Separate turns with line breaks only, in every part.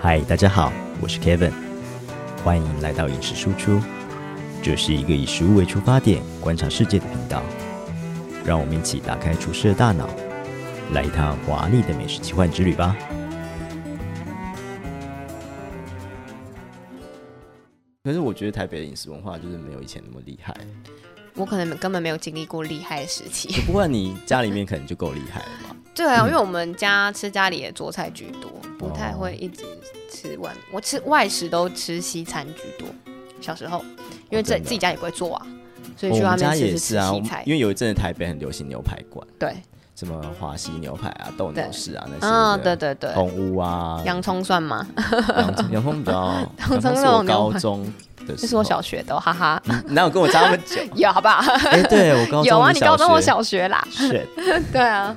嗨，大家好，我是 Kevin，欢迎来到饮食输出。这是一个以食物为出发点观察世界的频道，让我们一起打开厨师的大脑，来一趟华丽的美食奇幻之旅吧。
可是我觉得台北的饮食文化就是没有以前那么厉害。
我可能根本没有经历过厉害的时 期。
不过你家里面可能就够厉害了嘛。
对啊，因为我们家吃家里的做菜居多，不太会一直吃外面。我吃外食都吃西餐居多，小时候，因为
哦真的
自
啊哦
自己家也不会做啊，所以
我
去外
们
面
家
吃
也是
是吃
啊，我
西
们
菜。
因为有一阵子台北很流行牛排馆，
对，
什么华西牛排啊、斗牛士啊那些。
嗯，对。对对，
红屋啊，
洋葱蒜吗？
洋葱洋葱比较，洋葱是
那
我
种牛排
高中的时候，
这是我小学的哦，哈哈，
哪有跟我差那么久？
有好不好？
哎，对我 高中
有啊，你高中我
小
小学啦，
学 shit
对啊，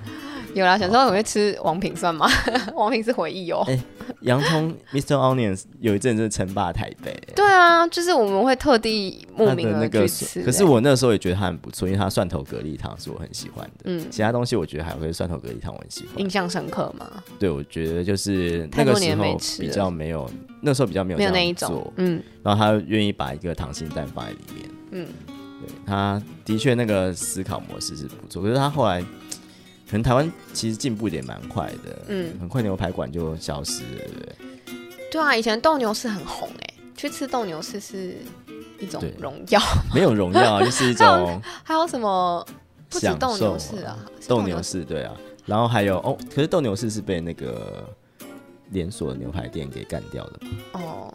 有啦。小时候我会吃王品蒜吗？ 王品是回忆
哎
哦。
洋 葱 Mr. Onions 有一阵子称霸台北，
对啊，就是我们会特地慕
它
名
的
而
那
去
个
吃
蒜，
欸。
可是我那时候也觉得它很不错，因为它蒜头蛤蜊汤是我很喜欢的。
嗯，
其他东西我觉得还会蒜头蛤蜊汤我很喜欢
印。象深刻吗？
对，我觉得就是那
太多
个时
年
候
没吃
比
了
较没有，那时候比较没有
没有
这
那
样
一
做
种，嗯
然后他愿意把一个溏心蛋放在里面，
嗯，
对，他的确那个思考模式是不错，可是他后来可能台湾其实进步的也蛮快的，
嗯
很快牛排馆就消失了，对不对？
对啊，以前斗牛士很红哎、去吃斗牛士是一种
对
荣耀，
没有荣耀，就是一种
还有什么不止
享
斗
受
牛士啊，是
斗牛士对啊，然后还有哦，可是斗牛士是被那个连锁牛排店给干掉的，
哦，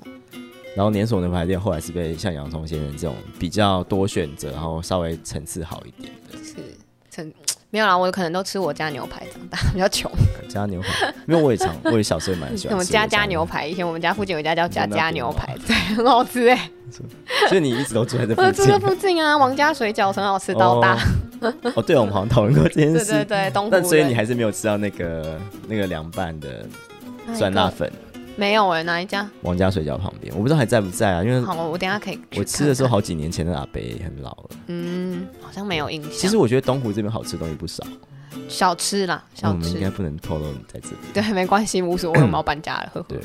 然后连锁牛排店后来是被像洋葱先生这种比较多选择，然后稍微层次好一点的
是成没有啦，我可能都吃我家牛排长大，比较穷，
家牛排，因为我也常，我也小时候也蛮 喜
我
欢
们
吃
家
我
家牛，排，以前我们家附近有一家叫家
你在那
家
边
牛
吗
排，对，很好吃哎、
所以你一直都住在这
我
附
住
近
这。附近啊，王家水饺从小吃到大，
哦，哦对，我们好像讨论过这件
对
事。
对对，东 湖
但所以你
人
还是没有吃到那个那个凉拌的
那一
酸辣
个
粉，
没有哎、哪一家？
王家水饺旁边，我不知道还在不在啊，因为
好，我等一下可以去
我吃的时候
看看，
好几年前的阿北很老了。
嗯，好像没有印象。
其实我觉得东湖这边好吃的东西不少，
小吃啦，
那嗯
小
我们
吃
应。该不能透露你在这里。
对，没关系，无所谓，我们要搬家了。呵呵
对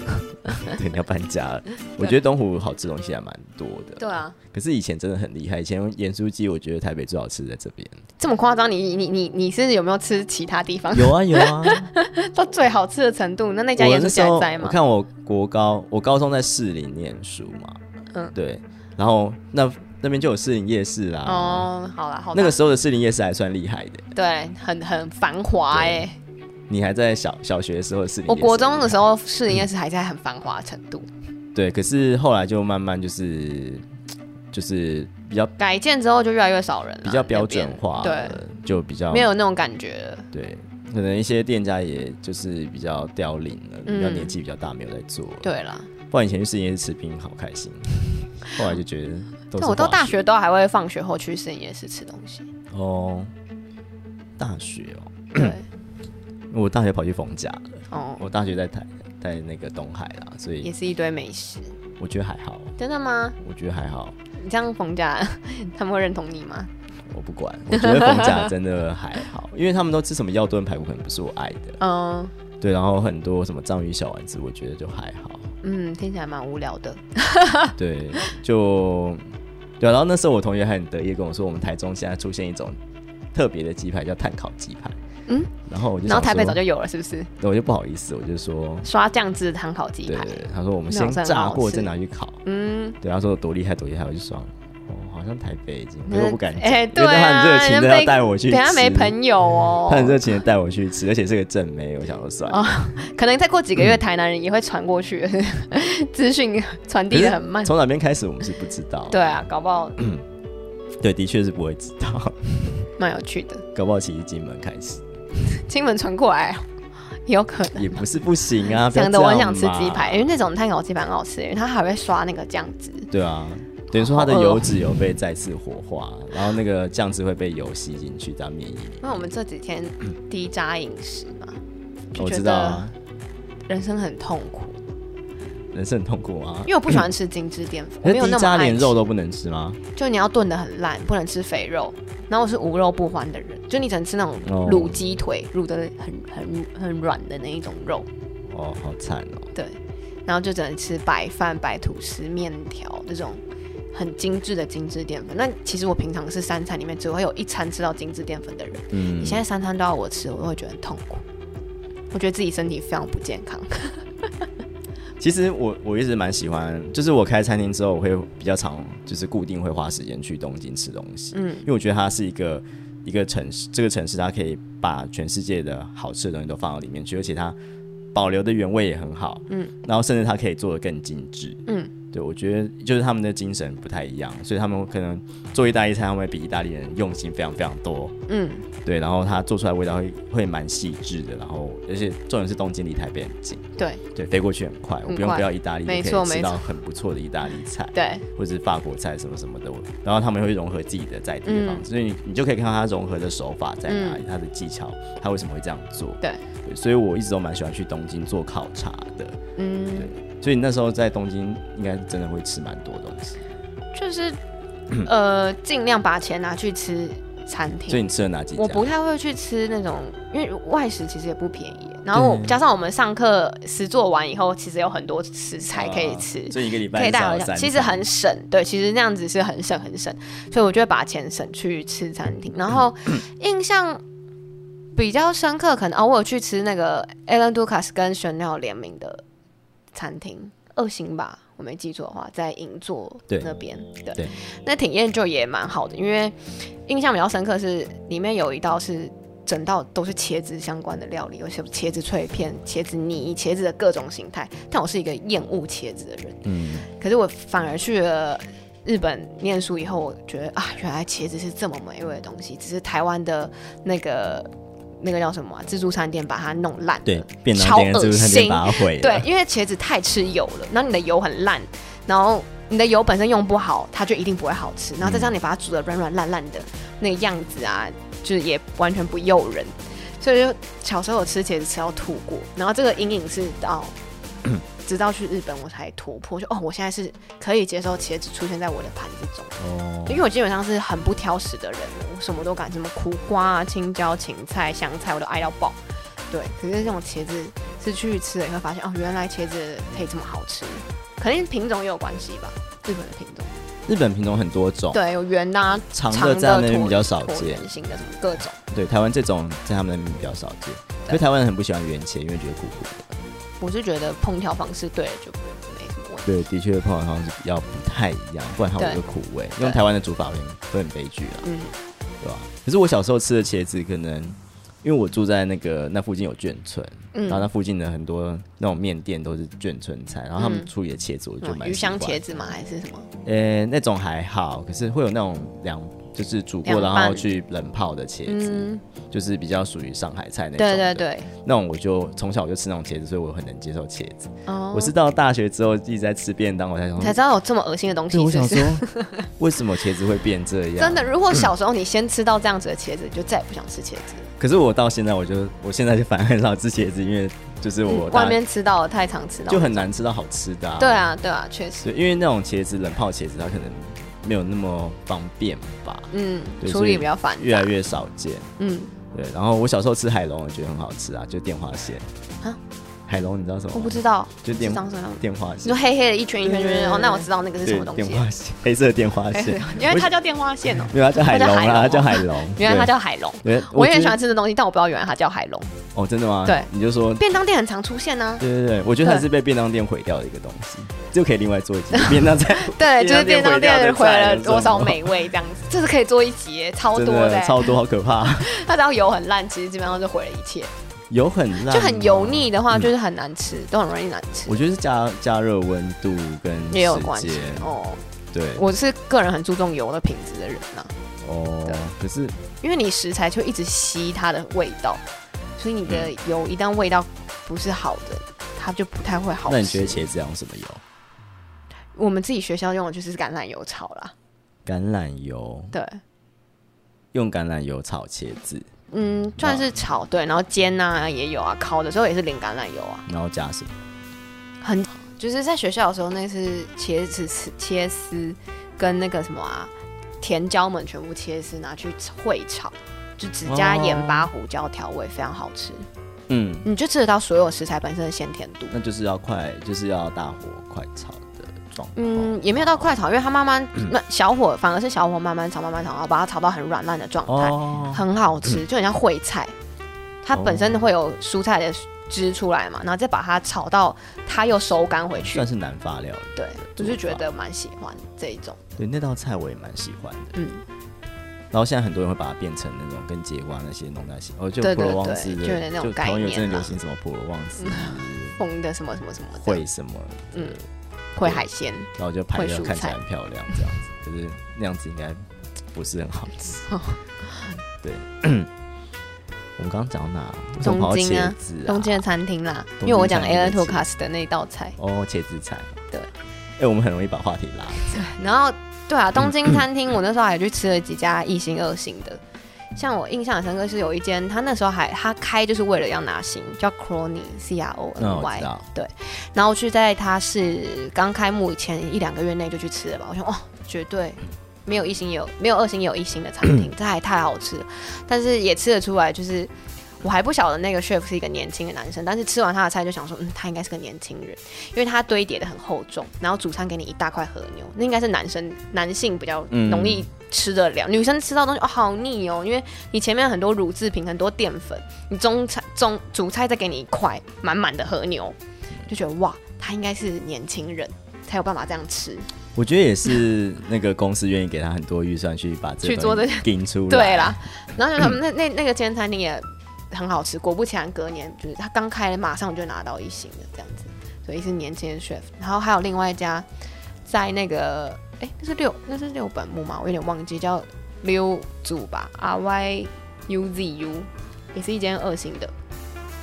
对，你要搬家了。我觉得东湖好吃的东西还蛮多的。
对啊，
可是以前真的很厉害，以前盐酥鸡，我觉得台北最好吃的在这 边。
这么夸张，你你你你是有没有吃其他地方
有啊有啊，
到最好吃的程度？那那家
我
盐
那
酥
时
鸡
候
还在
我
吗？
看我国高，我高中在士林念书嘛，
嗯
对，然后那那边就有士林夜市啦。
哦，好啦，好
啊
啦，
那个时候的士林夜市还算厉害的，
对，很很繁华哎、
对你还在小小学的时候的士林夜市
我
很厉害，
国中的时候，士林夜市还在很繁华的程度，
对，可是后来就慢慢就是就是比较
改建之后就越来越少人了，
比较标
那边
准化，
啊对，，
就比较
没有那种感觉了。
对，可能一些店家也就是比较凋零了，比较
嗯
年纪比较大，没有在做。，
对啦，
不然以前去士林夜市吃冰好开心，后来就觉得都是
但我到
化
大学都还会放学后去士林夜市吃东西。
哦，大学哦，
对，
我大学跑去逢甲了，
哦，
我大学在台在那个东海啦，所
也
以
是一堆美食。
我觉得还好，
真的吗？
我觉得还好，
你这样逢甲， 他们会认同你吗？
我不 管，我觉得逢甲真的还好，因为他们都吃什么药炖排骨，可能不是我爱的。
嗯
对，然后很多什么章鱼小丸子，我觉得就还好。
嗯，听起来蛮无聊的。啊
对，就对啊、然后那时候我同学还很得意地跟我说，我们台中现在出现一种特别的鸡排，叫碳烤鸡排。
嗯，
然后我就
然后
想
台北
说
早就有了，是不是？
对我就不好意思，我就说，
刷酱汁糖烤鸡
对
排。
对，他说我们
那
先
好像很
炸
好
过
吃
再拿去烤。
嗯，
对，他说我多厉害多厉害，我就说哦，好像台北已经，可
那
是我不敢讲，
哎
因为
对啊
他很热情
人
的要
被
带我去
等
吃，
下没朋友哦
他。很热情的带我去吃，而且是个正妹，我想说算了。
可能再过几个
嗯
月，台南人也会传过去， 资讯传递的很慢。
从哪边开始我们是不知道，
对啊，搞不好
对，的确是不会知道，
蛮有趣的。
搞不好其实金门开 始
亲们传过来，也有可能。
也不是不行啊。不要
讲的我很
这
想
样
吃
嘛
鸡排，因为那种碳烤鸡排很好吃，因为它还会刷那个酱汁。
对啊，等于说它的
好饿哦
油脂有被再次火化，然后那个酱汁会被油吸进去到面衣里。
因为我们这几天
嗯
低渣饮食嘛，就
我
觉
知道
得
啊，
人生很痛苦。
人生很痛苦啊
因。为我不喜欢吃精致淀粉，我
那
没有那
低
么
渣
爱
连
吃
肉都不能吃吗？
就你要炖的很烂，不能吃肥肉。然后我是无肉不欢的人，就你只能吃那种
哦
卤鸡腿，卤的很很很软的那一种肉。
哦，好惨哦。
对，然后就只能吃白饭、白吐司、面条这种很精致的精致淀粉。那其实我平常是三餐里面只会有一餐吃到精致淀粉的人，
嗯
你现在三餐都要我吃，我会觉得很痛苦。我觉得自己身体非常不健 康。
其实我我一直蛮喜欢，就是我开餐厅之后，我会比较常就是固定会花时间去东京吃东西，
嗯
因为我觉得它是一个一个城市，这个城市它可以把全世界的好吃的东西都放到里面去，而且它保留的原味也很好，
嗯，
然后甚至它可以做的更精致，
嗯，
对，我觉得就是他们的精神不太一样，所以他们可能做意大利餐，他们会比意大利人用心非常非常多，
嗯，
对，然后它做出来的味道会会蛮细致的，然后而且重点是东京离台北很近。
对
对，飞过去很快，我不用
快
飞到意大利，
没
就
错
可以
没
吃到
错
很不错的意大利菜，
对，
或者是法国菜什么什么的。我然后他们会融合自己的在地的方
嗯
式，所以你你就可以看到它融合的手法在哪
嗯
里，它的技巧，它为什么会这样做。
对
所以我一直都蛮喜欢去东京做考察的。
嗯，
所以你那时候在东京，应该真的会吃蛮多东西。
嗯 就是呃，尽量把钱拿去吃餐厅。
所以你吃了哪几家？
我不太会去吃那种，因为外食其实也不便宜。然后我加上我们上课实做完以后，其实有很多食材可以吃，
啊所以一个礼拜
可以带
至少有
回家，
三
其实
餐
很省。对，其实那样子是很省很省，所以我就会把钱省去吃餐厅。然 后印象比较深刻，可能哦，我有去吃那个 Alan Dukas 跟 Chanel 联名的餐厅，二星吧，我没记错的话，在银座
对
那边。对，
对
那体验就也蛮好的，因为印象比较深刻是里面有一道是。整道都是茄子相关的料理，有些茄子脆片、茄子泥、茄子的各种形态。但我是一个厌恶茄子的人，
嗯，
可是我反而去了日本念书以后，我觉得啊，原来茄子是这么美味的东西，只是台湾的那个那个叫什么、啊、自助餐店把它弄烂了。
对，便当
超
店是
恶
不是他就
心
把它毁了？
对，因为茄子太吃油了，然后你的油很烂，然后你的油本身用不好，它就一定不会好吃。然后再加上你把它煮的软软烂烂的那个样子啊，就是也完全不诱人。所以就小时候我吃茄子吃到吐过，然后这个阴影是到直到去日本我才突破，就哦，我现在是可以接受茄子出现在我的盘子中。
哦，
因为我基本上是很不挑食的人，我什么都敢，什么苦瓜啊、青椒、芹菜、香菜，我都爱到爆。对，可是这种茄子是去吃了以后发现，哦，原来茄子可以这么好吃，肯定品种也有关系吧，日本的品种。
日本品种很多种，
对，有圆的、啊、
长
长
哦的在那边比较少
椭
见。
圆形的什么各种，
对，台湾这种在他们那边比较少见，
对
所以台湾人很不喜欢原茄，因为觉得苦苦的。
我是觉得烹调方式对了就没什么问题。
对，的确泡好像是比较不太一样，不然它有一个苦味。用台湾的煮法会很会很悲剧啊，
嗯，
对吧、可是我小时候吃的茄子，可能因为我住在那个那附近有眷村，
嗯
然后那附近的很多那种面店都是眷村菜，然后他们处理的茄子我就
什么
蛮
嗯鱼
喜欢
香茄，子吗？还是什么？
呃、那种还好，可是会有那种凉，就是煮过
凉
然
拌
后去冷泡的茄子，
嗯，
就是比较属于上海菜那种
对
的。
对对，
那种我就从小我就吃那种茄子，所以我很能接受茄子。
哦
我是到大学之后一直在吃便当，我才想
你
说嗯
才知道有这么恶心的东西
对，我
是
想
不是
说为什么茄子会变这样？
真的，，如果小时候你先吃到这样子的茄子，你就再也不想吃茄子。
可是我到现在我就我现在就反而很少吃茄子，因为就是我
嗯
大、
外面吃到了太常吃到了，
就很难吃到好吃的、啊。
对，啊，对啊，确实，
对，因为那种茄子冷泡茄子它可能没有那么方便吧，
嗯，
对
处
所以
理比较烦，
越来越少见。
嗯，
对，然后我小时候吃海龙，我觉得很好吃啊，就电话线
啊。
海龙你知道什么吗？
我不知道
就是电
长什么样子，
电话
你
线
说，黑黑的一圈一圈一圈一圈，
对
哦，那我知道那个是什
对
么，东
电
西
话
了，
线，黑色的电话
黑黑
线
的，因为
我
它叫电话线哦，
没有，它啊叫海
它叫
龙啦，它
海龙
叫海龙。
原来它
对
叫海龙。
对，
我也很
觉
喜欢
得
吃这东西，但我不知道原来它叫海龙。
哦，真的吗？
对
你就说，
便当店很常出现啊呢，
对对对，我觉得它
对
是被便当店毁掉的一个东西，就可以另外做一集 便当菜，
对，就是
便
便
当
当
店
店
毁掉
毁
的
了
菜
多少美味这样子，这是可以做一集耶，超
真
多
的
的耶。
超多，好可怕，
它只要油很烂，其实基本上就毁了一切。
油很烂，
就很油。腻的话，就是很难吃，都很容易难吃，
啊嗯我觉得是加加热温度跟
也有
时
关系
间
哦。
对
我是个人很注重油的品质的人呐、
哦
对，
可是
因为你食材就一直吸它的味道，所以你的
嗯
油一旦味道不是好的，它就不太会好吃。
那你觉得茄子要用什么油？
我们自己学校用的就是橄榄油炒啦，
橄榄油，
对，
用橄榄油炒茄子，啊
嗯，算是炒对，然后煎啊也有啊，烤的时候也是淋橄榄油啊，
然后加什么？
很就是在学校的时候，那是茄子丝切丝跟那个什么啊甜椒们全部哦切丝拿去烩炒，就只加盐巴、胡椒调味，非常好吃。
嗯，
你就吃得到所有食材本身的鲜甜度。
那就是要快，就是要大火快炒的状况。
嗯，也没有到快炒，因为它慢慢那小火反而是小火慢慢炒，慢慢炒，然后把它炒到很软烂的状态，
哦，
很好 吃，就很像烩菜。它本身会有蔬菜的汁出来嘛，然后再把它炒到它又收干回去
算。是南法料理。
对，我是觉得蛮喜欢这一种。
对，那道菜我也蛮喜欢的。
嗯，
然后现在很多人会把它变成那种跟节瓜那些弄在一起，哦，就
对
普
对
罗旺
对
斯的，
就有点那种概
台湾有真的
念啦啊嗯
流行什么普罗旺斯
风的什么什么什么的，
会什么，
嗯烩海鲜，
然后就拍
会
的
蔬
看起来
菜
很漂亮这样子，可是那样子应该不是很好吃。 对， 我们刚刚讲到哪？为什么跑到
东京啊
茄子啊？
东京的餐厅啦，
东京
因为我讲
餐
a
厅
l a
的
n t o c a s 的那一道菜，
哦，茄子菜。
对
哎、我们很容易把话题拉。
然后对
嗯
啊，东京餐厅我那时候还去吃了几家一星二星的，像我印象很深刻是有一间，他那时候还他开就是为了要拿星，叫 Crony C R O
那
N
哦我知
Y，
道，
然后去在他是刚开幕以前一两个月内就去吃了吧，我想哦，绝对没有一星也有没有二星也有一星的餐厅，这还太好吃了，但是也吃得出来就是。我还不晓得那个 chef 是一个年轻的男生，但是吃完他的菜就想说，嗯，他应该是个年轻人，因为他堆叠的很厚重，然后主餐给你一大块和牛，那应该是男生男性比较
嗯
容易吃得了，女生吃到东西哦好腻哦，因为你前面很多乳制品、很多淀粉，你中菜中主菜再给你一块满满的和牛，就觉得哇，他应该是年轻人才有办法这样吃。
我觉得也是那个公司愿意给他很多预算去把这
去做
的
这
顶出来。
对啦，，然后就他们那那那个间餐厅也很好吃，果不其然，隔年就是他刚开马上就拿到一星的这样子，所以是年轻的 chef。然后还有另外一家在那个哎、那是六那是六本木嘛，我有点忘记叫溜组吧，R Y U Z U，也是一间二星的，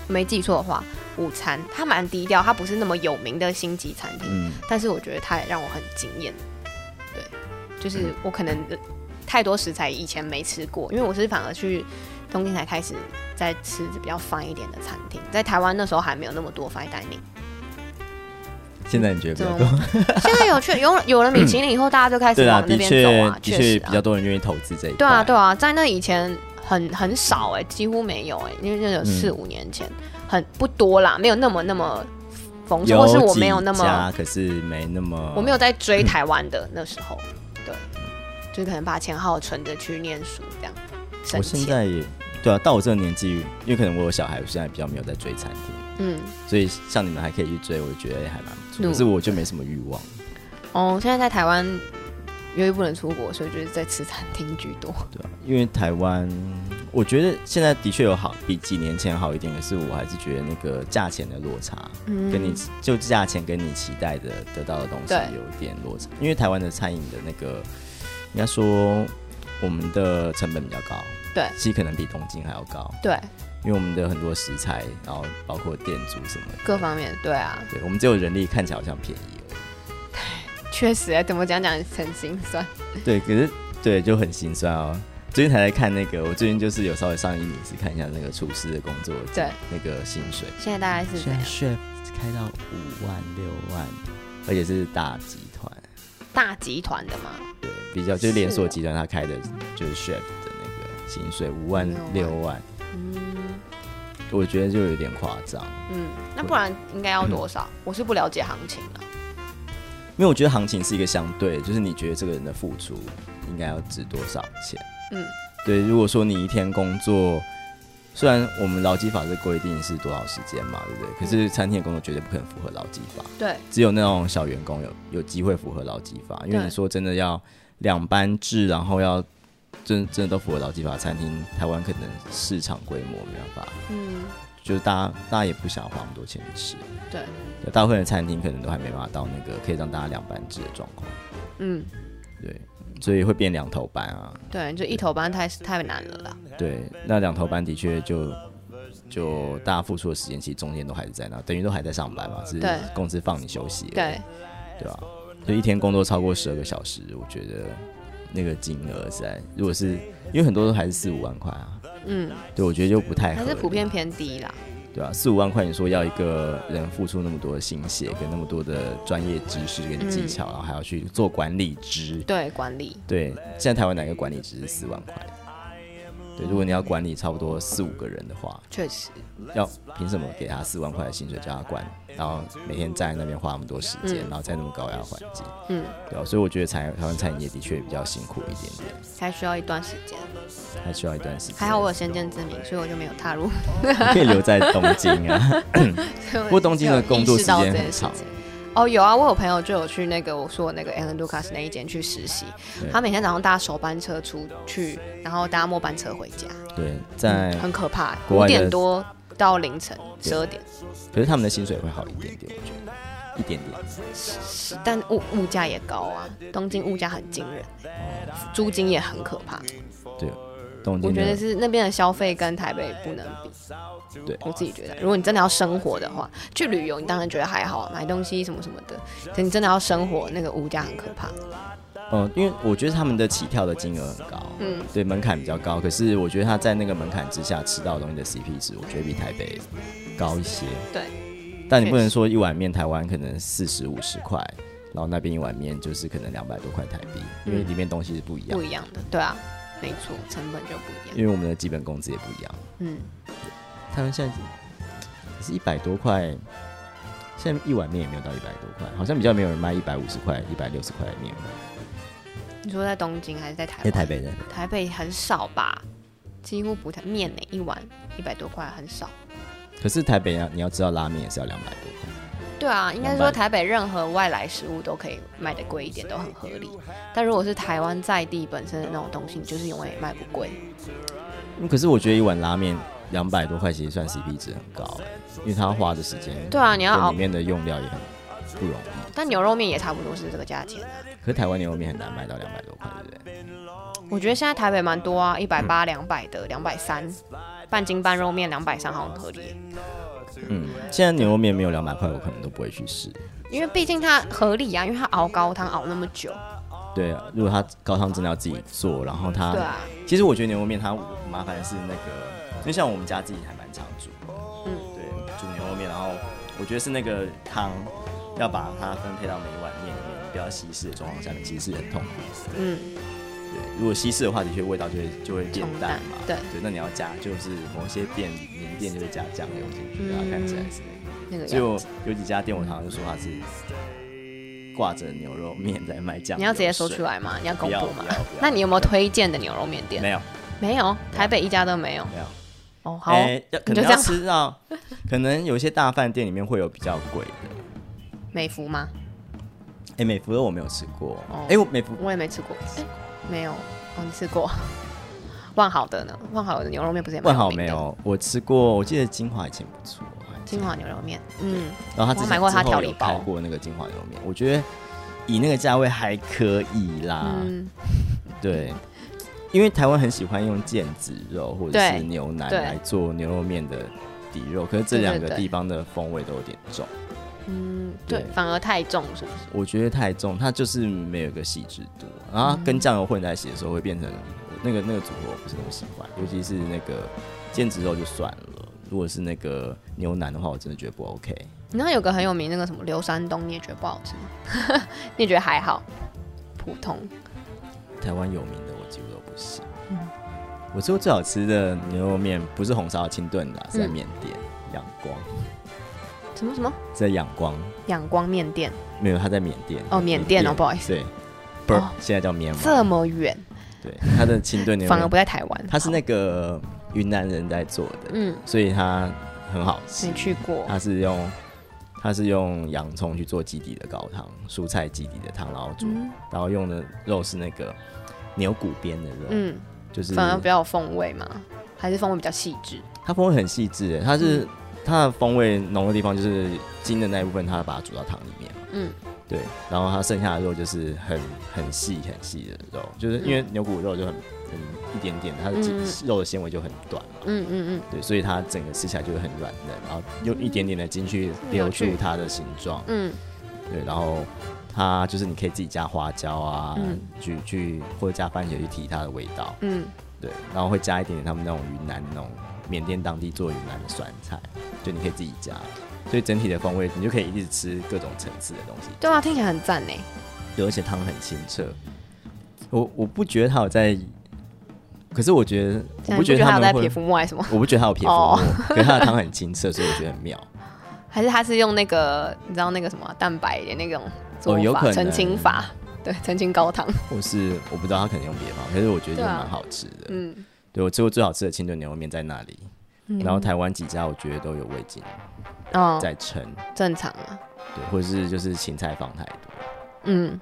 没记错的话，午餐它蛮低调，它不是那么有名的星级餐厅。
嗯，
但是我觉得它也让我很惊艳。对，
嗯
就是我可能呃太多食材以前没吃过，因为我是反而去东京才开始在吃比较 fine 一点的餐厅，在台湾那时候还没有那么多 fine dining。
现在你觉得比
怎
较
么
多？
现在有去有有了米其林以后，大家就开始
对啦，
往那
的
边
确
走啊，，
的
确
确
实
比
啊
较，多人愿意投资这一块。
对啊对啊，在那以前很很少哎、几乎没有哎、因为那有
嗯
四五年前、很不多啦，没有那么那么丰盛，
有
或
几
是
家，
我没有那么
可是没那么，
我没有在追台湾的那时候，对，就是可能把钱好好存着去念书这样。省
我现
钱，
在也对啊，到我这个年纪，因为可能我有小孩，我现在比较没有在追餐厅，
嗯，
所以像你们还可以去追，我觉得还蛮不错。
嗯
可是我就没什么欲望。
哦，现在在台湾，因为不能出国，所以就是在吃餐厅居多。
对啊，因为台湾，我觉得现在的确有好，比几年前好一点，可是我还是觉得那个价钱的落差，
嗯
跟你就价钱跟你期待的得到的东西
对
有一点落差。因为台湾的餐饮的那个，应该说我们的成本比较高，
对
其实可能比东京还要高，
对
因为我们的很多食材，然后包括店主什么的，
各方面，对啊，
对我们只有人力看起来好像便宜哦而已。
确实、欸，怎么讲讲很心酸。
对，可是对就很心酸哦。最近才在看那个，我最近就是有稍微上一米斯看一下那个厨师的工作，
对，
那个薪水，
现在大概是怎
现在
样？
chef 开到五万六万，而且是大集团，
大集团的嘛，
对，比较就是连
是
锁
哦
集团他开的就是 chef 的那个薪水五万
六
六
万
万，
嗯
我觉得就有点夸张，
嗯，那不然应该要多少？我是不了解行情啊了。
因为我觉得行情是一个相对，就是你觉得这个人的付出应该要值多少钱。
嗯，
对，如果说你一天工作，虽然我们劳基法是规定是多少时间嘛，对不对？可
嗯
是餐厅的工作绝对不可能符合劳基法，
对，
只有那种小员工有有机会符合劳基法。因为
对
你说真的要两班制，然后要真真的都符合劳基法，餐厅台湾可能市场规模没办法，
嗯
就是大家大家也不想花那么多钱去吃。
对，
对大部分的餐厅可能都还没办法到那个可以让大家两班制的状况，
嗯
对，所以会变两头班啊。
对，就一头班太太难了啦。
对，那两头班的确就就大家付出的时间，其实中间都还是在那，等于都还在上班嘛，只是
对
公司放你休息而已，
对，
对吧、所以一天工作超过十二个小时，我觉得那个金额实在，如果是因为很多都还是四五万块啊，
嗯，
对我觉得就不太合
还
理，啊
是普遍偏低啦。
对吧、啊四五万块，你说要一个人付出那么多的心血跟那么多的专业知识跟
嗯
技巧，然后还要去做管理职，
对，管理
对，现在台湾哪个管理职是四万块？对，对，如果你要管理差不多四五个人的话，
确实，
要凭什么给他四万块的薪水叫他管，然后每天站在那边花那么多时间，
嗯
然后在那么高压的环境，
嗯，
对啊，所以我觉得台台湾餐饮业的确比较辛苦一点点，
还需要一段时间。
还需要一段时间。
还好我有先见之明，所以我就没有踏入。
你可以留在东京 啊，
不
过东京的工作时间很长
哦，有啊，我有朋友就有去那个我说的那个 Alan Lucas 那一间去实习，
对
他每天早上搭首班车出去，然后搭末班车回家，嗯
对，在
很可怕，
国
五
外的
点多到凌晨十二点，
可是他们的薪水会好一点点，我觉得一点点。
但物物价也高啊，东京物价很惊人，
哦
租金也很可怕，
对，东
我
京
觉得
的
是那边的消费跟台北不能比。
对
我自己觉得，如果你真的要生活的话，去旅游你当然觉得还好，买东西什么什么的，但你真的要生活，那个物价很可怕。
嗯，因为我觉得他们的起跳的金额很高，
嗯，
对门槛比较高，可是我觉得他在那个门槛之下吃到的东西的 CP 值，我觉得比台北高一些。
对，
但你不能说一碗面台湾可能四十五十块，然后那边一碗面就是可能两百多块台币，因为
嗯
里面东西是不一样
不，一样的，对啊，没错，成本就不一样。
因为我们的基本工资也不一样。
嗯，
他们现在只是一百多块，现在一碗面也没有到一百多块，好像比较没有人卖一百五十块、一百六十块的面吧。
你说在东京还是在台湾？
在台，北的
台北很少吧，几乎不太面呢、一碗一百多块很少。
可是台北要啊你要知道拉面也是要两百多块，
对啊，应该
两
说
百
台北任何外来食物都可以卖的贵一点，都很合理。但如果是台湾在地本身的那种东西，你就是永远也卖不贵。
嗯可是我觉得一碗拉面两百多块其实算 CP 值很高、欸，因为它要花的时间，
对啊，你要
跟
熬
里，面的用料也很不容易。
但牛肉面也差不多是这个价钱啊。
可是台湾牛肉面很难卖到两百多块，对不对？
我觉得现在台北蛮多啊，一百
嗯
八、两百的，两百三，半斤半肉面两百三好像很合理耶。
嗯，现在牛肉面没有两百块，我可能都不会去试。
因为毕竟它合理啊，因为它熬高汤熬那么久，
对啊，如果它高汤真的要自己做，然后它
对啊，
其实我觉得牛肉面它麻烦的是那个，因为像我们家自己还蛮常煮，
嗯
嗯，对，煮牛肉面，然后我觉得是那个汤要把它分配到每一碗面里面，不要稀释的状况下面，其实是很痛苦的。
嗯，
对，如果稀释的话，的确味道就会就会变
冲
淡
淡
嘛。
对
对，那你要加就是某些店名店就会加酱油进去，然后看起来是那
那个
个。所以
样
我
子。
有几家店，我常常就说它是挂着牛肉面在卖酱油水。
你要直接说出来吗？你要公布吗
不要不要不要？
那你有没有推荐的牛肉面店？
没有
没有，台北一家都没有。
没有。
哦，好，
哎，要可
你
能
就这
要
样
吃到，可能有一些大饭店里面会有比较贵的。
美孚吗？
哎、美孚的我没有吃过。哎、
哦
我美孚
我也没吃过，哎没有。哦，你吃过？ 万豪的呢？万豪的牛肉面不是也蛮
万
有
豪
名的
没？有，我吃过。我记得金华以前不错。啊
金华牛肉面，嗯，
然后他之
我
前
买过他
之后
调理
有开
包
过那个金华牛肉面，我觉得以那个价位还可以啦。
嗯，
对，因为台湾很喜欢用腱子肉或者
对
是牛腩
对
来做牛肉面的底肉，可是这
对对
两个
对
地方的风味都有点重，
嗯，对
对，
反而太重是不是？
我觉得太重，它就是没有一个细致度，然后它跟酱油混在一起的时候会变成那个那个组合我不是那么喜欢，尤其是那个腱子肉就算了，如果是那个牛腩的话，我真的觉得不 OK。
你知道有个很有名那个什么刘山东，你也觉得不好吃吗？ 你也觉得还好，普通。
台湾有名的我几乎都不行。
嗯
我吃过最好吃的牛肉面不是红烧清炖的啊、是在
嗯
缅甸仰光，
什么什么
在仰光
仰光面店？
没有，它在缅甸
哦缅甸哦不好意思
嗯对，不是、
哦
现在叫缅
这
甸，
么远，
对，它的清炖牛肉
反而
面
不在台湾。
它是那个云南人在做的，
嗯，
所以它很好吃
没。去过，
它是用它是用洋葱去做基底的高汤，蔬菜基底的汤，然后煮，
嗯
然后用的肉是那个牛骨边的肉，
嗯，
就是
反而比较有风味嘛，还是风味比较细致。
它风味很细致耶，欸它
嗯
是、它的风味浓的地方就是筋的那一部分，它把它煮到汤里面。
嗯，
对，然后它剩下的肉就是很很细很细的肉，就是因为牛骨肉就很很一点点，它的肌
嗯
肉的纤维就很短嘛，
嗯嗯
对，所以它整个吃起来就会很软嫩，然后用一点点的筋去留
嗯
住
有趣
它的形状，
嗯
对，然后它就是你可以自己加花椒啊，
嗯
去去或者加番茄去提它的味道，
嗯
对，然后会加一点点他们那种云南那种缅甸当地做云南的酸菜，就你可以自己加，所以整体的风味你就可以一直吃各种层次的东西
嗯，，对啊，听起来很赞呢。
对而且汤很清澈。我我不觉得它有在可是我觉得，我
那
不
你
觉得
得
他
有在
们会
撇，浮木还是什么？
我不觉得他有撇浮沫
哦，
可是他的汤很清澈，所以我觉得很妙。
还是他是用那个你知道那个什么蛋白的那种做
哦
法、
有可能
澄清法，对，澄清高汤，
或是我不知道他可能用别的方法，可是我觉得就
对啊
蛮好吃的。
嗯，
对我吃过最好吃的清炖牛肉面在那里，然后台湾几家我觉得都有味精
哦，
在撑，
正常啊，
对，或者是就是芹菜放太多，
嗯，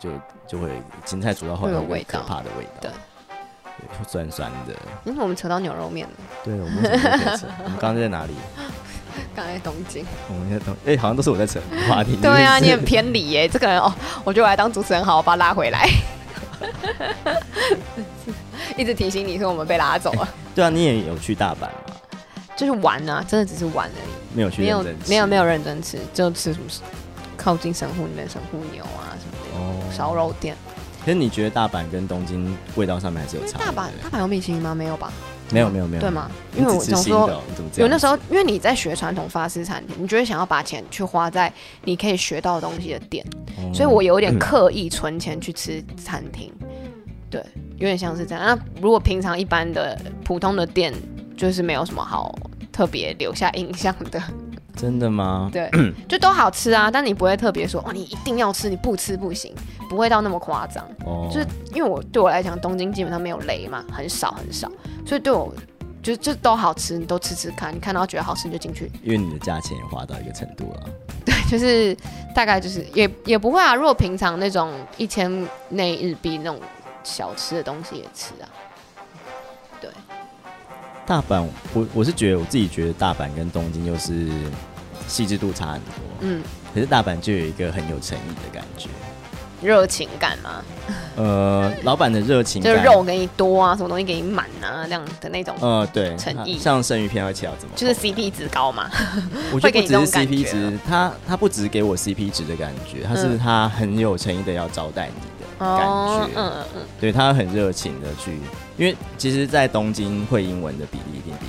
对就就会芹菜煮到后来
会有
有
味
可
道
怕的味道，
对
对，就酸酸的。
因嗯为我们扯到牛肉面了，
对，我们怎么会扯？我们刚刚在哪里？
刚才东京，
我们在哎、好像都是我在扯话题。
对啊，
是不
你
是
很偏离耶，这个人哦，我觉得我来当主持人好，我把他拉回 来，一直提醒你说我们被拉走了，
对啊，你也有去大阪嘛？
就是玩啊，真的只是玩而已。
没有去
没
认
有
真吃
没有没有认真吃，就吃什么靠近神户里面神户牛啊什么的、
哦
烧肉店。
可是你觉得大阪跟东京味道上面还是有
因为
差？
大阪
对不对
大阪有米其林吗？没有吧？
没有没有没有
对吗？
你
因为
只
我
吃
想
新的
说
哦，你怎么这
有
样？
那时候，因为你在学传统法式餐厅，你就会想要把钱去花在你可以学到的东西的店，
哦
所以我有点刻意存钱去吃餐厅，对，有点像是这样。那如果平常一般的普通的店，就是没有什么好特别留下印象的，
真的吗？
对，就都好吃啊，但你不会特别说哦，你一定要吃，你不吃不行，不会到那么夸张。
哦，
就是因为我对我来讲，东京基本上没有雷嘛，很少很少，所以对我就就都好吃，你都吃吃看，你看到觉得好吃你就进去，
因为你的价钱也花到一个程度了。
就是大概就是也也不会啊。如果平常那种一千内日币那种小吃的东西也吃啊，
大阪，我我是觉得我自己觉得大阪跟东京就是细致度差很多，
嗯，
可是大阪就有一个很有诚意的感觉。
热情感嘛，
呃，老板的热情
就是
感，
肉给你多啊，什么东西给你满啊，这样的那种，
呃，对，
诚意
像生鱼片要切到怎么厚，
就是 CP 值高嘛，
我觉
会
得不
给你这种
只是
感
CP
觉
值，他他不只是给我 CP 值的感觉，他是
嗯
他很有诚意的要招待你的感
哦
觉，，
嗯嗯嗯，
对他很热情的去，因为其实，在东京会英文的比例一定比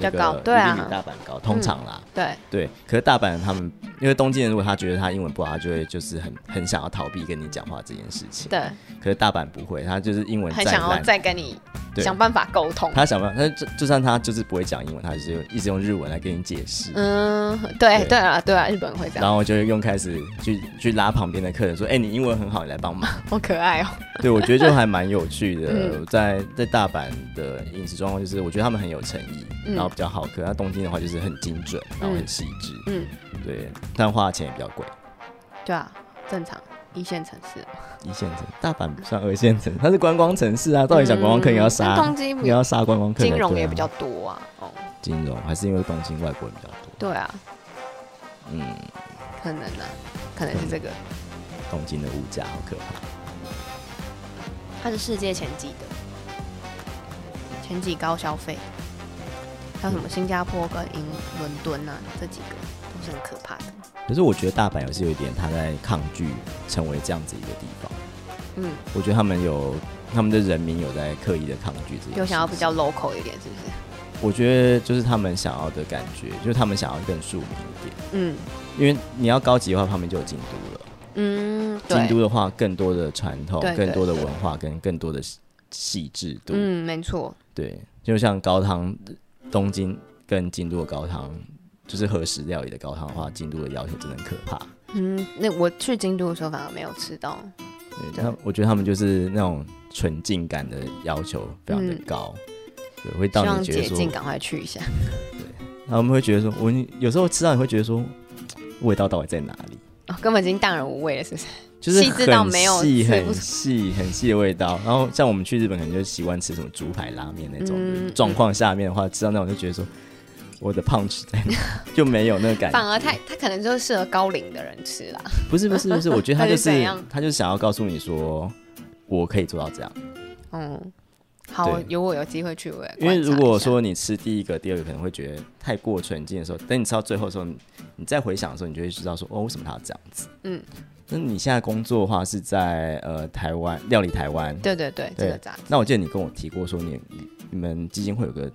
那
比较高
个
对啊
一定比大阪高，通常啦，
对，
对。可是大阪他们，因为东京人如果他觉得他英文不好，他就会就是很很想要逃避跟你讲话这件事情。
对，
可是大阪不会，他就是英文
很
再
想要
烂，
再跟你
对
想办法沟通。
他想办法，他就就算他就是不会讲英文，他就是用一直用日文来跟你解释。
嗯，对
对
对啊，对啊，日本人会这
然
样，
后我就用开始去去拉旁边的客人说：“哎、你英文很好，你来帮忙。
好可爱哦。”
对，我觉得就还蛮有趣的。
嗯
在在大阪的饮食状况就是，我觉得他们很有诚意，
嗯
然后比较好客。那东京的话就是很精准，然后很细致，
嗯，
对，但花的钱也比较贵。
对啊，正常，一线城市。
一线城，大阪不算二线城，它是观光城市啊。到底想观光客也要杀，
嗯但东京
也要杀观光客才对啊。
金融也比较多啊。哦，
金融，还是因为东京外国人比较多。
对啊，
嗯，
可能啊，可能是这个，
东京的物价好可怕。
它是世界前几的，前几高消费。还有什么新加坡跟英伦敦啊，这几个都是很可怕的。
可是我觉得大阪也是有一点他在抗拒成为这样子一个地方。
嗯，
我觉得他们有他们的人民有在刻意的抗拒这些，
有想要比较 local 一点，是不是？
我觉得就是他们想要的感觉，就是他们想要更庶民一点。
嗯
因为你要高级的话，旁边就有京都了。
嗯，
京
对，
都的话，更多的传统
对、对
更多的文化跟更多的细细致度。
嗯，没错，
对，就像高汤，东京跟京都的高汤，就是和食料理的高汤的话，京都的要求真的很可怕。
嗯，那我去京都的时候反而没有吃到，
对，
对
他我觉得他们就是那种纯净感的要求非常的
嗯
高，对，会
希
到
望
你觉得
解
说
禁赶快去一下。
他们会觉得说，我你有时候吃到你会觉得说，味道到底在哪里？
哦，根本已经荡然无味了，是不是？
就是
细致到
很
没有
细、
吃不
很
出
细、很细的味道。然后像我们去日本，可能就习惯吃什么猪排拉面那种
嗯
状况下面的话，吃到那种就觉得说，我的胖吃在哪就没有那个感
反
觉。
而太它可能就适合高龄的人吃啦。
不是不是不是，我觉得 他
还是
就
怎
是
样
他就是想要告诉你说，我可以做到这样。
嗯，好
对，
如果有机会去，我也
因为
观察
如果
一下
说你吃第一个、第二个，可能会觉得太过纯净的时候，等你吃到最后的时候，你你再回想的时候，你就会知道说，哦，为什么他要这样子？
嗯，
那你现在工作的话是在呃台湾料理台湾，
对对对，这
对
个杂志，
那我记得你跟我提过说你，你你们基金会有个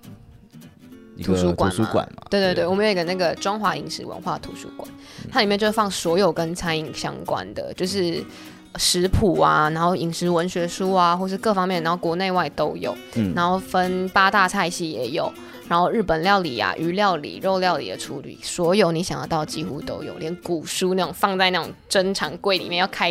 一个
图书馆
图书
嘛
馆嘛？
对对对，我们有一个那个
嗯
中华饮食文化图书馆，它里面就放所有跟餐饮相关的，就是食谱啊，然后饮食文学书啊，或是各方面，然后国内外都有，
嗯
然后分八大菜系也有，然后日本料理啊、鱼料理、肉料理的处理，所有你想得到几乎都有，连古书那种放在那种珍藏柜里面要开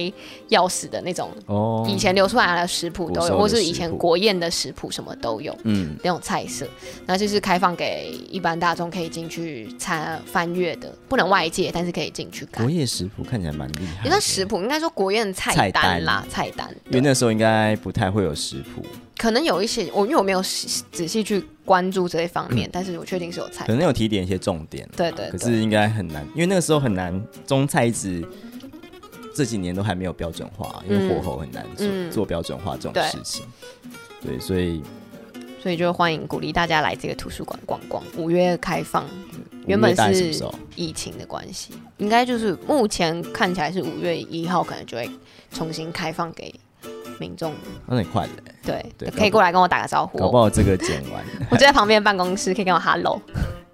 钥匙的那种，
哦
以前留出来的食谱都
古时
有，
候的
或是以前
食谱
国宴的食谱什么都有。
嗯
那种菜色，那就是开放给一般大众可以进去参翻阅的，不能外借，但是可以进去看
国。夜食谱看起来蛮厉害的，
你那食谱应该说国宴菜
菜
单
单
啦，菜单。
因为
对
那时候应该不太会有食谱，
可能有一些，我因为我没有细仔细去关注这一方 面，但是我确定是有菜
可。能有提点一些重点啦，
对对
可
对，
是应该很难，因为那个时候很难，中菜一直这几年都还没有标准化，因为火候很难做、
嗯
做标准化这种
对
事情。对，所以
所以就欢迎鼓励大家来这个图书馆逛逛。五月开放，原本
五月大概什么
是
时候？
疫情的关系，应该就是目前看起来是五月一号，可能就会重新开放给民众。
那很快的、
对，
对
可以过来跟我打个招呼。
搞不好这个剪完，
我就在旁边办公室，可以跟我 hello。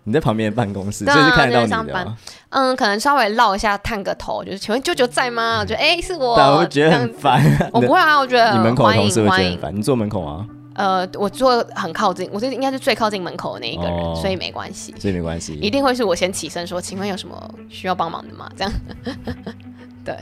你在旁边的办公室，
对
所
啊
以是看得到你
就
的哦
在
吗
上班？嗯，可能稍微绕一下，探个头，就是请问舅舅在吗？我觉得哎、是我，
啊但我会觉得很烦。
我不会啊，我觉得
你门口的
欢
同
迎
事会觉
欢
得
迎
很。烦。你坐门口吗？
呃，我坐很靠近，我这应该是最靠近门口的那一个人，
哦
所以没关系，
所以没关
一
系。
定会是我先起身说，请问有什么需要帮忙的吗？这样， 对，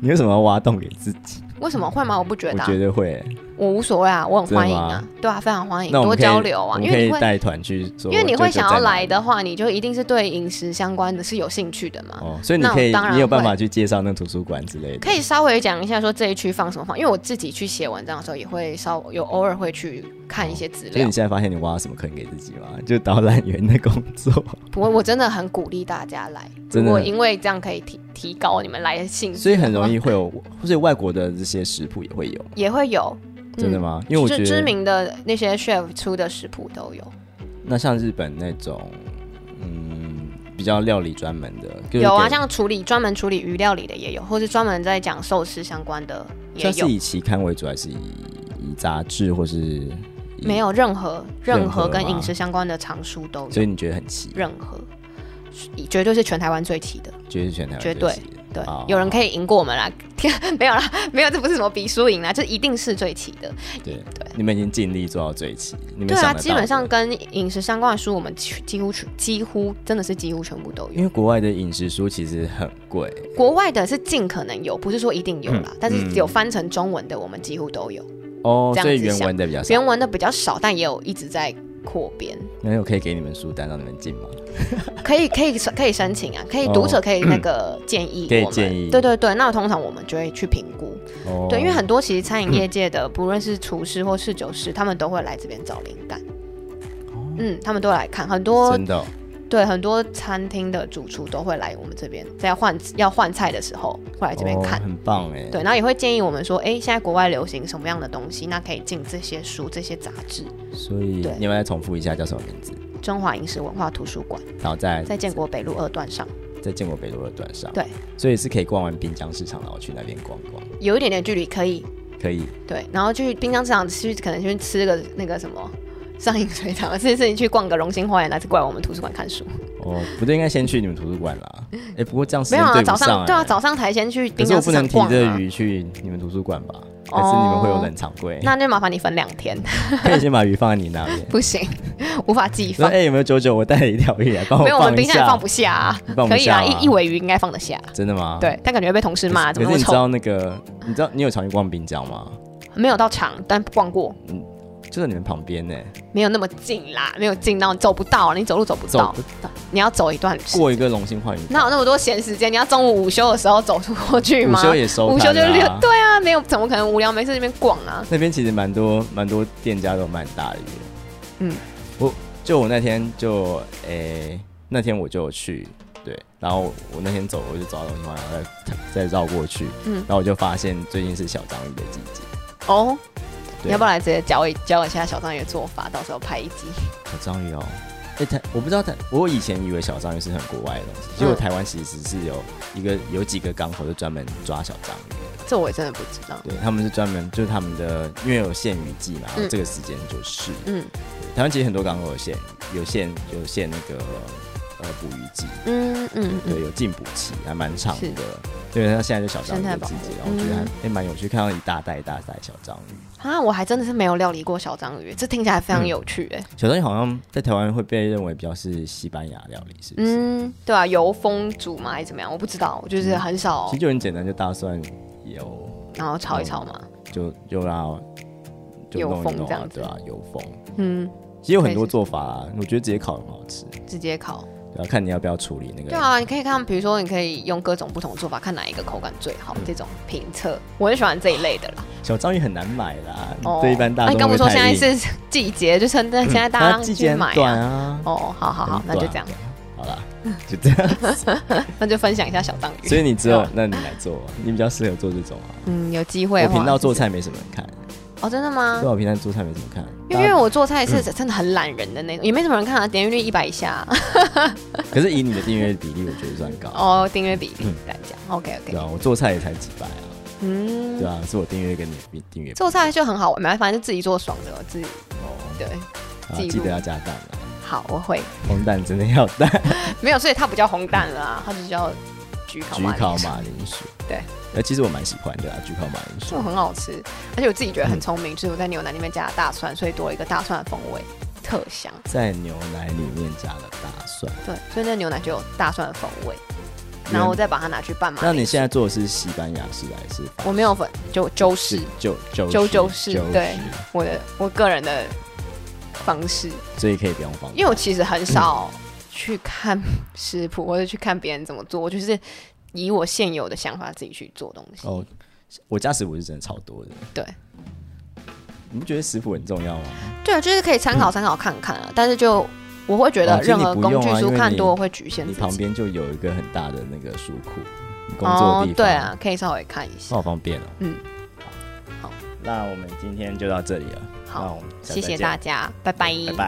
你为什么要挖洞给自己？
为什么会吗？我不觉
我
得、啊，
觉得会、
我无所谓啊，我很欢迎
真的
啊，对啊，非常欢迎，
那我
多
们可以
交流啊，
我们
因
可
为
以
你会。
带团去做。
因为你
我
会
舅舅
想
在
要
哪
来的话，你就一定是对饮食相关的是有兴趣的嘛。
哦，所以你
啊那我
可以
当，然
你有办
会
法去介绍那图书馆之类的。
可以稍微讲一下说这一区放什么放，因为我自己去写文章的时候也会稍有偶尔会去看一些资
所以
料
你。现在发现你挖了什么坑给自己吗？就导览员的工 作，
不过我真的很鼓励大家来，
真的
我因为这样可以提提高你们来的兴致，
所以很容易会有，所以外国的这些食谱也会有，
也会有。
真的
嗯？
吗？因为我觉
知知
得，
名的那些 chef 出的食谱都有，
那像日本那种，嗯，比较料理专门的，就是
有啊，
给
像处理专门处理鱼料理的也有，或是专门在讲寿司相关的也
像
有
是，以期刊为主，还是以以杂志或是以
没？有任何任
任
何
何啊
跟
吗
饮食相关的藏书都
所
有，
以你觉得很奇，
任何绝对是全台湾最齐的。
觉得是全台湾
嗯绝
最
对
奇的
对，
哦
有人可以赢过我们啦， 没有啦，没有，这不是什么比输赢啦，这一定是最齐的。
对，你们已经尽力做到最齐，你们
对
想
啊，
得
基
到
本
的
上跟饮食相关的书，我们几几乎全几乎真的是几乎全部都
因
有。
为国外的饮食书其实很贵，
国外的是尽可能有，不是说一定有啦，
嗯
但是有翻成中文的，我们几乎都有。
哦，
这样
所以
子
原
想
文的比较少。
原文的比较少，但也有一直在扩编，
没有可以给你们书单让你们进吗？
可以可以可以申请啊，可以
哦
读者可以那 个建议
可以
我们，
建议
对对对，那通常我们就会去评估。
哦
对，因为很多其实餐饮业界的，不论是厨师或侍酒师，他们都会来这边找灵感。嗯，他们都来看很多
哦真的哦、
对很多餐厅的主厨都会来我们这边，在换要换菜的时候会来这边看
哦、。很棒哎。
对，然后也会建议我们说，哎，现在国外流行什么样的东西，那可以进这些书、这些杂志。
所以
对
你们来重复一下叫什么名字，
中华饮食文化图书馆
然后再
在建国北路二段上，
在建国北路的段上。
对，
所以是可以逛完滨江市场，然后去那边逛逛，
有一点点距离可以
可以。
对，然后去滨江市场去，可能去吃个那个什么上影水 厂，甚至去逛个荣兴花园，还是过来我们图书馆看书。
哦，不对，应该先去你们图书馆 啦。哎，不过这样时
没
间
有啊，
对
早
不上
上
哎。
对啊，早上才先去
可
滨
是
江
我不
市
能
场
提
逛、
着
啊。
鱼去你们图书馆吧？还是你们会有冷藏柜？
那就麻烦你分两天，
可以先把鱼放在你那边。
不行，无法寄
说
放。
哎，有没有九九？我带了一条鱼来，帮
没有，我们
放一
冰箱也
下。
放不下、啊
你放，不
可以
下
啊，
啊
一一尾鱼应该放得下。啊
真的吗？。
对，但感觉被同事骂，怎么
可是
那么
你知
臭？
道那个，你知道你有常去逛滨江吗？
没有到场，但逛过，
就在你们旁边呢、
没有那么近啦，没有近到走不到，你走路走不
走
到，
不
你要走一段时
过一个龙兴花园。
哪有那么多闲时间？你要中午午休的时候走出过去
午
吗？
休 也收
午休
摊
就
啦
六，对啊，没有怎么可能无聊没事在那边逛啊？
那边其实蛮多蛮多店家都蛮大的耶。
嗯，
我就我那天就诶、那天我就有去，对，然后我那天走我就走到龙兴花园，然后再再绕过去，
嗯
然后我就发现最近是小章鱼的季节，
哦，
对
你要不要来直接教一教一下小章鱼的做法？到时候拍一集。
小章鱼哦。哎、台我不知道台，我以前以为小章鱼是很国外的东西，结果
嗯
台湾其实是有一个有几个港口就专门抓小章鱼的，
这我也真的不知道。
对他们是专门就是他们的，因为有限雨季嘛，然后这个时间就是，
嗯
台湾其实很多港口有限，有限有限那个呃捕鱼季，
嗯嗯嗯，
对，有禁捕期，还蛮长
是
的。对，那现在就小章鱼
生态
的
保
季
护
节，然后我觉得还
嗯
还蛮有趣，看到一大袋一大袋小章鱼。
啊，我还真的是没有料理过小章鱼，这听起来非常有趣哎、
小章鱼好像在台湾会被认为比较是西班牙料理，是不是？
嗯，对啊，油封煮嘛还是怎么样？我不知道，我就是很少
其实，就很简单，就大蒜油，
然后炒一炒嘛。
就就让它就
油
弄一
封
弄
这
啊
样，子
对啊，油封。
嗯，
其实有很
可以
多
是
做法啊，我觉得直接烤很好吃，
直接烤。
对啊，看你要不要处理那个。
对啊，你可以看，比如说你可以用各种不同的做法，看哪一个口感最好，这种评测，我很喜欢这一类的啦。
小章鱼很难买啦，对嗯一般大
哦那
众
你刚
会
不说
太
现在
硬嗯
是季节，就趁现在大
它
家
季
去
节
买
很短啊，
哦，好好好，
很
那就
短
这样，。
好啦，就这 样。
那就分享一下小章鱼。
所以你只有
对，
那你来做，你比较适合做这 种啊。
嗯，有机会
我
的话
频道做菜没什么人看，
哦，真的吗
对？啊我平常做菜没什么看，
因为因为
大嗯
我做菜是真的很懒人的那种，也没什么人看啊，点阅率一百 以下
家可是以你的订阅比例，我觉得算高。
哦，订阅比例来讲，OK
对
OK，
啊，我做菜也才几百啊，
嗯
对，啊，是我订阅跟你比订阅比
做菜就很好玩嘛，反正自己做爽的，自己
哦，
对，
啊
记录
记得要加蛋啊，
好，我会
红蛋真的要 蛋，
没有，所以它不叫红蛋了啊，它就叫焗烤
焗
马铃薯
烤马铃薯。
对，
那其实我蛮喜欢的啊，焗烤马铃薯
就。很好吃，而且我自己觉得很聪明，就是我在牛腩里面加了大蒜，所以多了一个大蒜的风味，特香。
在牛奶里面加了大蒜，
对，所以那牛腩就有大蒜的风味，然后我再把它拿去拌嘛。
那你现在做的是西班牙式还是法
我没有粉，就州式，
就就
州州
式
式
就，
对
是
我的我个人的方式，
所以可以不用放。
因为我其实很少去看食谱或者去看别人怎么做，我就是以我现有的想法自己去做东西。
哦，我家食谱是真的超多的。
对，
你不觉得食谱很重要吗？
对，啊就是可以参考参考看看啊，但是就。我会觉
哦
得
其实
任
你
何
不用
工具
啊因
书
为
看
你
多会局限
哦你
自己。
旁边就有一个很大的那个书库，你工作的地方。
哦。对啊，，可以稍微看一下。
好方便哦。
嗯，
好
好，
那我们今天就到这里了。那我
好
们，下次
谢
再
谢
见
大家，拜拜。
拜。拜。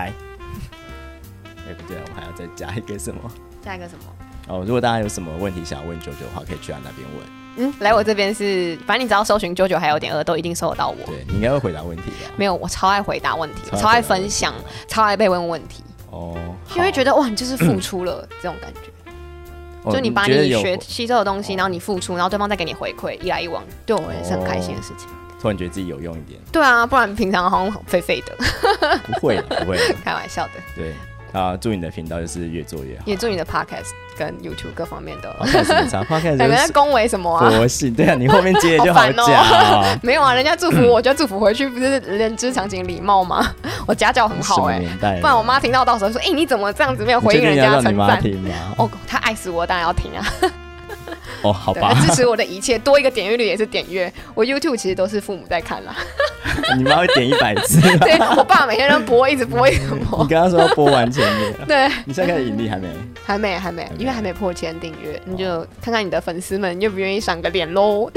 哎，不对，我们还要再加一个什么？
下一个什么？
哦，如果大家有什么问题想要问九九的话，可以去他那边问。
嗯，来我这边是，反正你只要搜寻九九还有点饿，都一定搜得到我。
对，你应该会回答问题吧？
没有，我超爱回答问题，
超爱
超爱
回答问
分
题
享，超爱被问问题，
哦，
因为觉
得
得哇，你就是付出了这种感觉。就你把
哦觉得
你
有
学吸收的东西，
哦
然后你付出，然后对方再给你回馈，一来一往，对我也是很开心
哦
的事情。
突然觉得自己有用一点，
对啊，不然平常好像很废废的，
不会了，不会了。
开玩笑的。
对啊，祝你的频道就是越做 越好。
也祝你的 podcast 跟 YouTube 各方面的，
好，开始没差，话开 始
两个
就
人在
是
恭维什么啊？
佛系，对啊，你后面接的就好假、
好没有啊，人家祝福我就祝福回去，不是人之常情礼貌吗？ 我家教很
什
好
么
哎、
年代了？
不然我妈听到到时候说，哎、你怎么这样子没有
你
回
确
应
定
人
要
家的
让你
称
妈
赞？
听吗？
哦，她爱死我，当然要听啊！
哦，好
对
吧，，
支持我的一切，多一个点阅率也是点阅。我 YouTube 其实都是父母在看啦，
你妈会点一百次。
对我爸每天都播，一直播，一直播
你。刚刚说要播完前面，
对，
你现在开始盈利还没？
还没，还没
还，没哦
因为还没破千订阅，你就看看你的粉丝们愿不愿意赏个脸喽。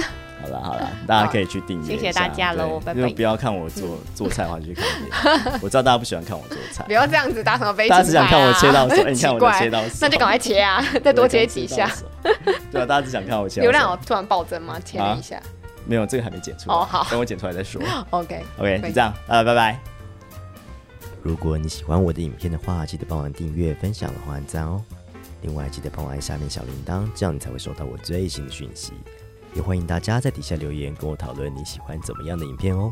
好啦好啦，大家可以去订阅一下。
谢谢大家
对
喽拜拜
因为不要看我做做菜的话，就去看 别人。我知道大家不喜欢看我做菜
不，要这样子打什么悲情、
大
啊、
家只想看我切到 手，哎你看
奇
我的
怪
切，到手，
那就赶快切啊， 再多切几下。
我的切到手。对啊，大家只想看我切到手。
流量有突然暴增吗？切了一下。
没有，这个还没剪出来。
哦好
等我剪出来再 说。
OK，
OK，
可
就
以
这样，呃，拜拜。
如果你喜欢我的影片的话，记得帮我按订阅、分享、然后按赞哦。另外，记得帮我按下面小铃铛，这样你才会收到我最新的讯息。也欢迎大家在底下留言跟我讨论你喜欢怎么样的影片哦。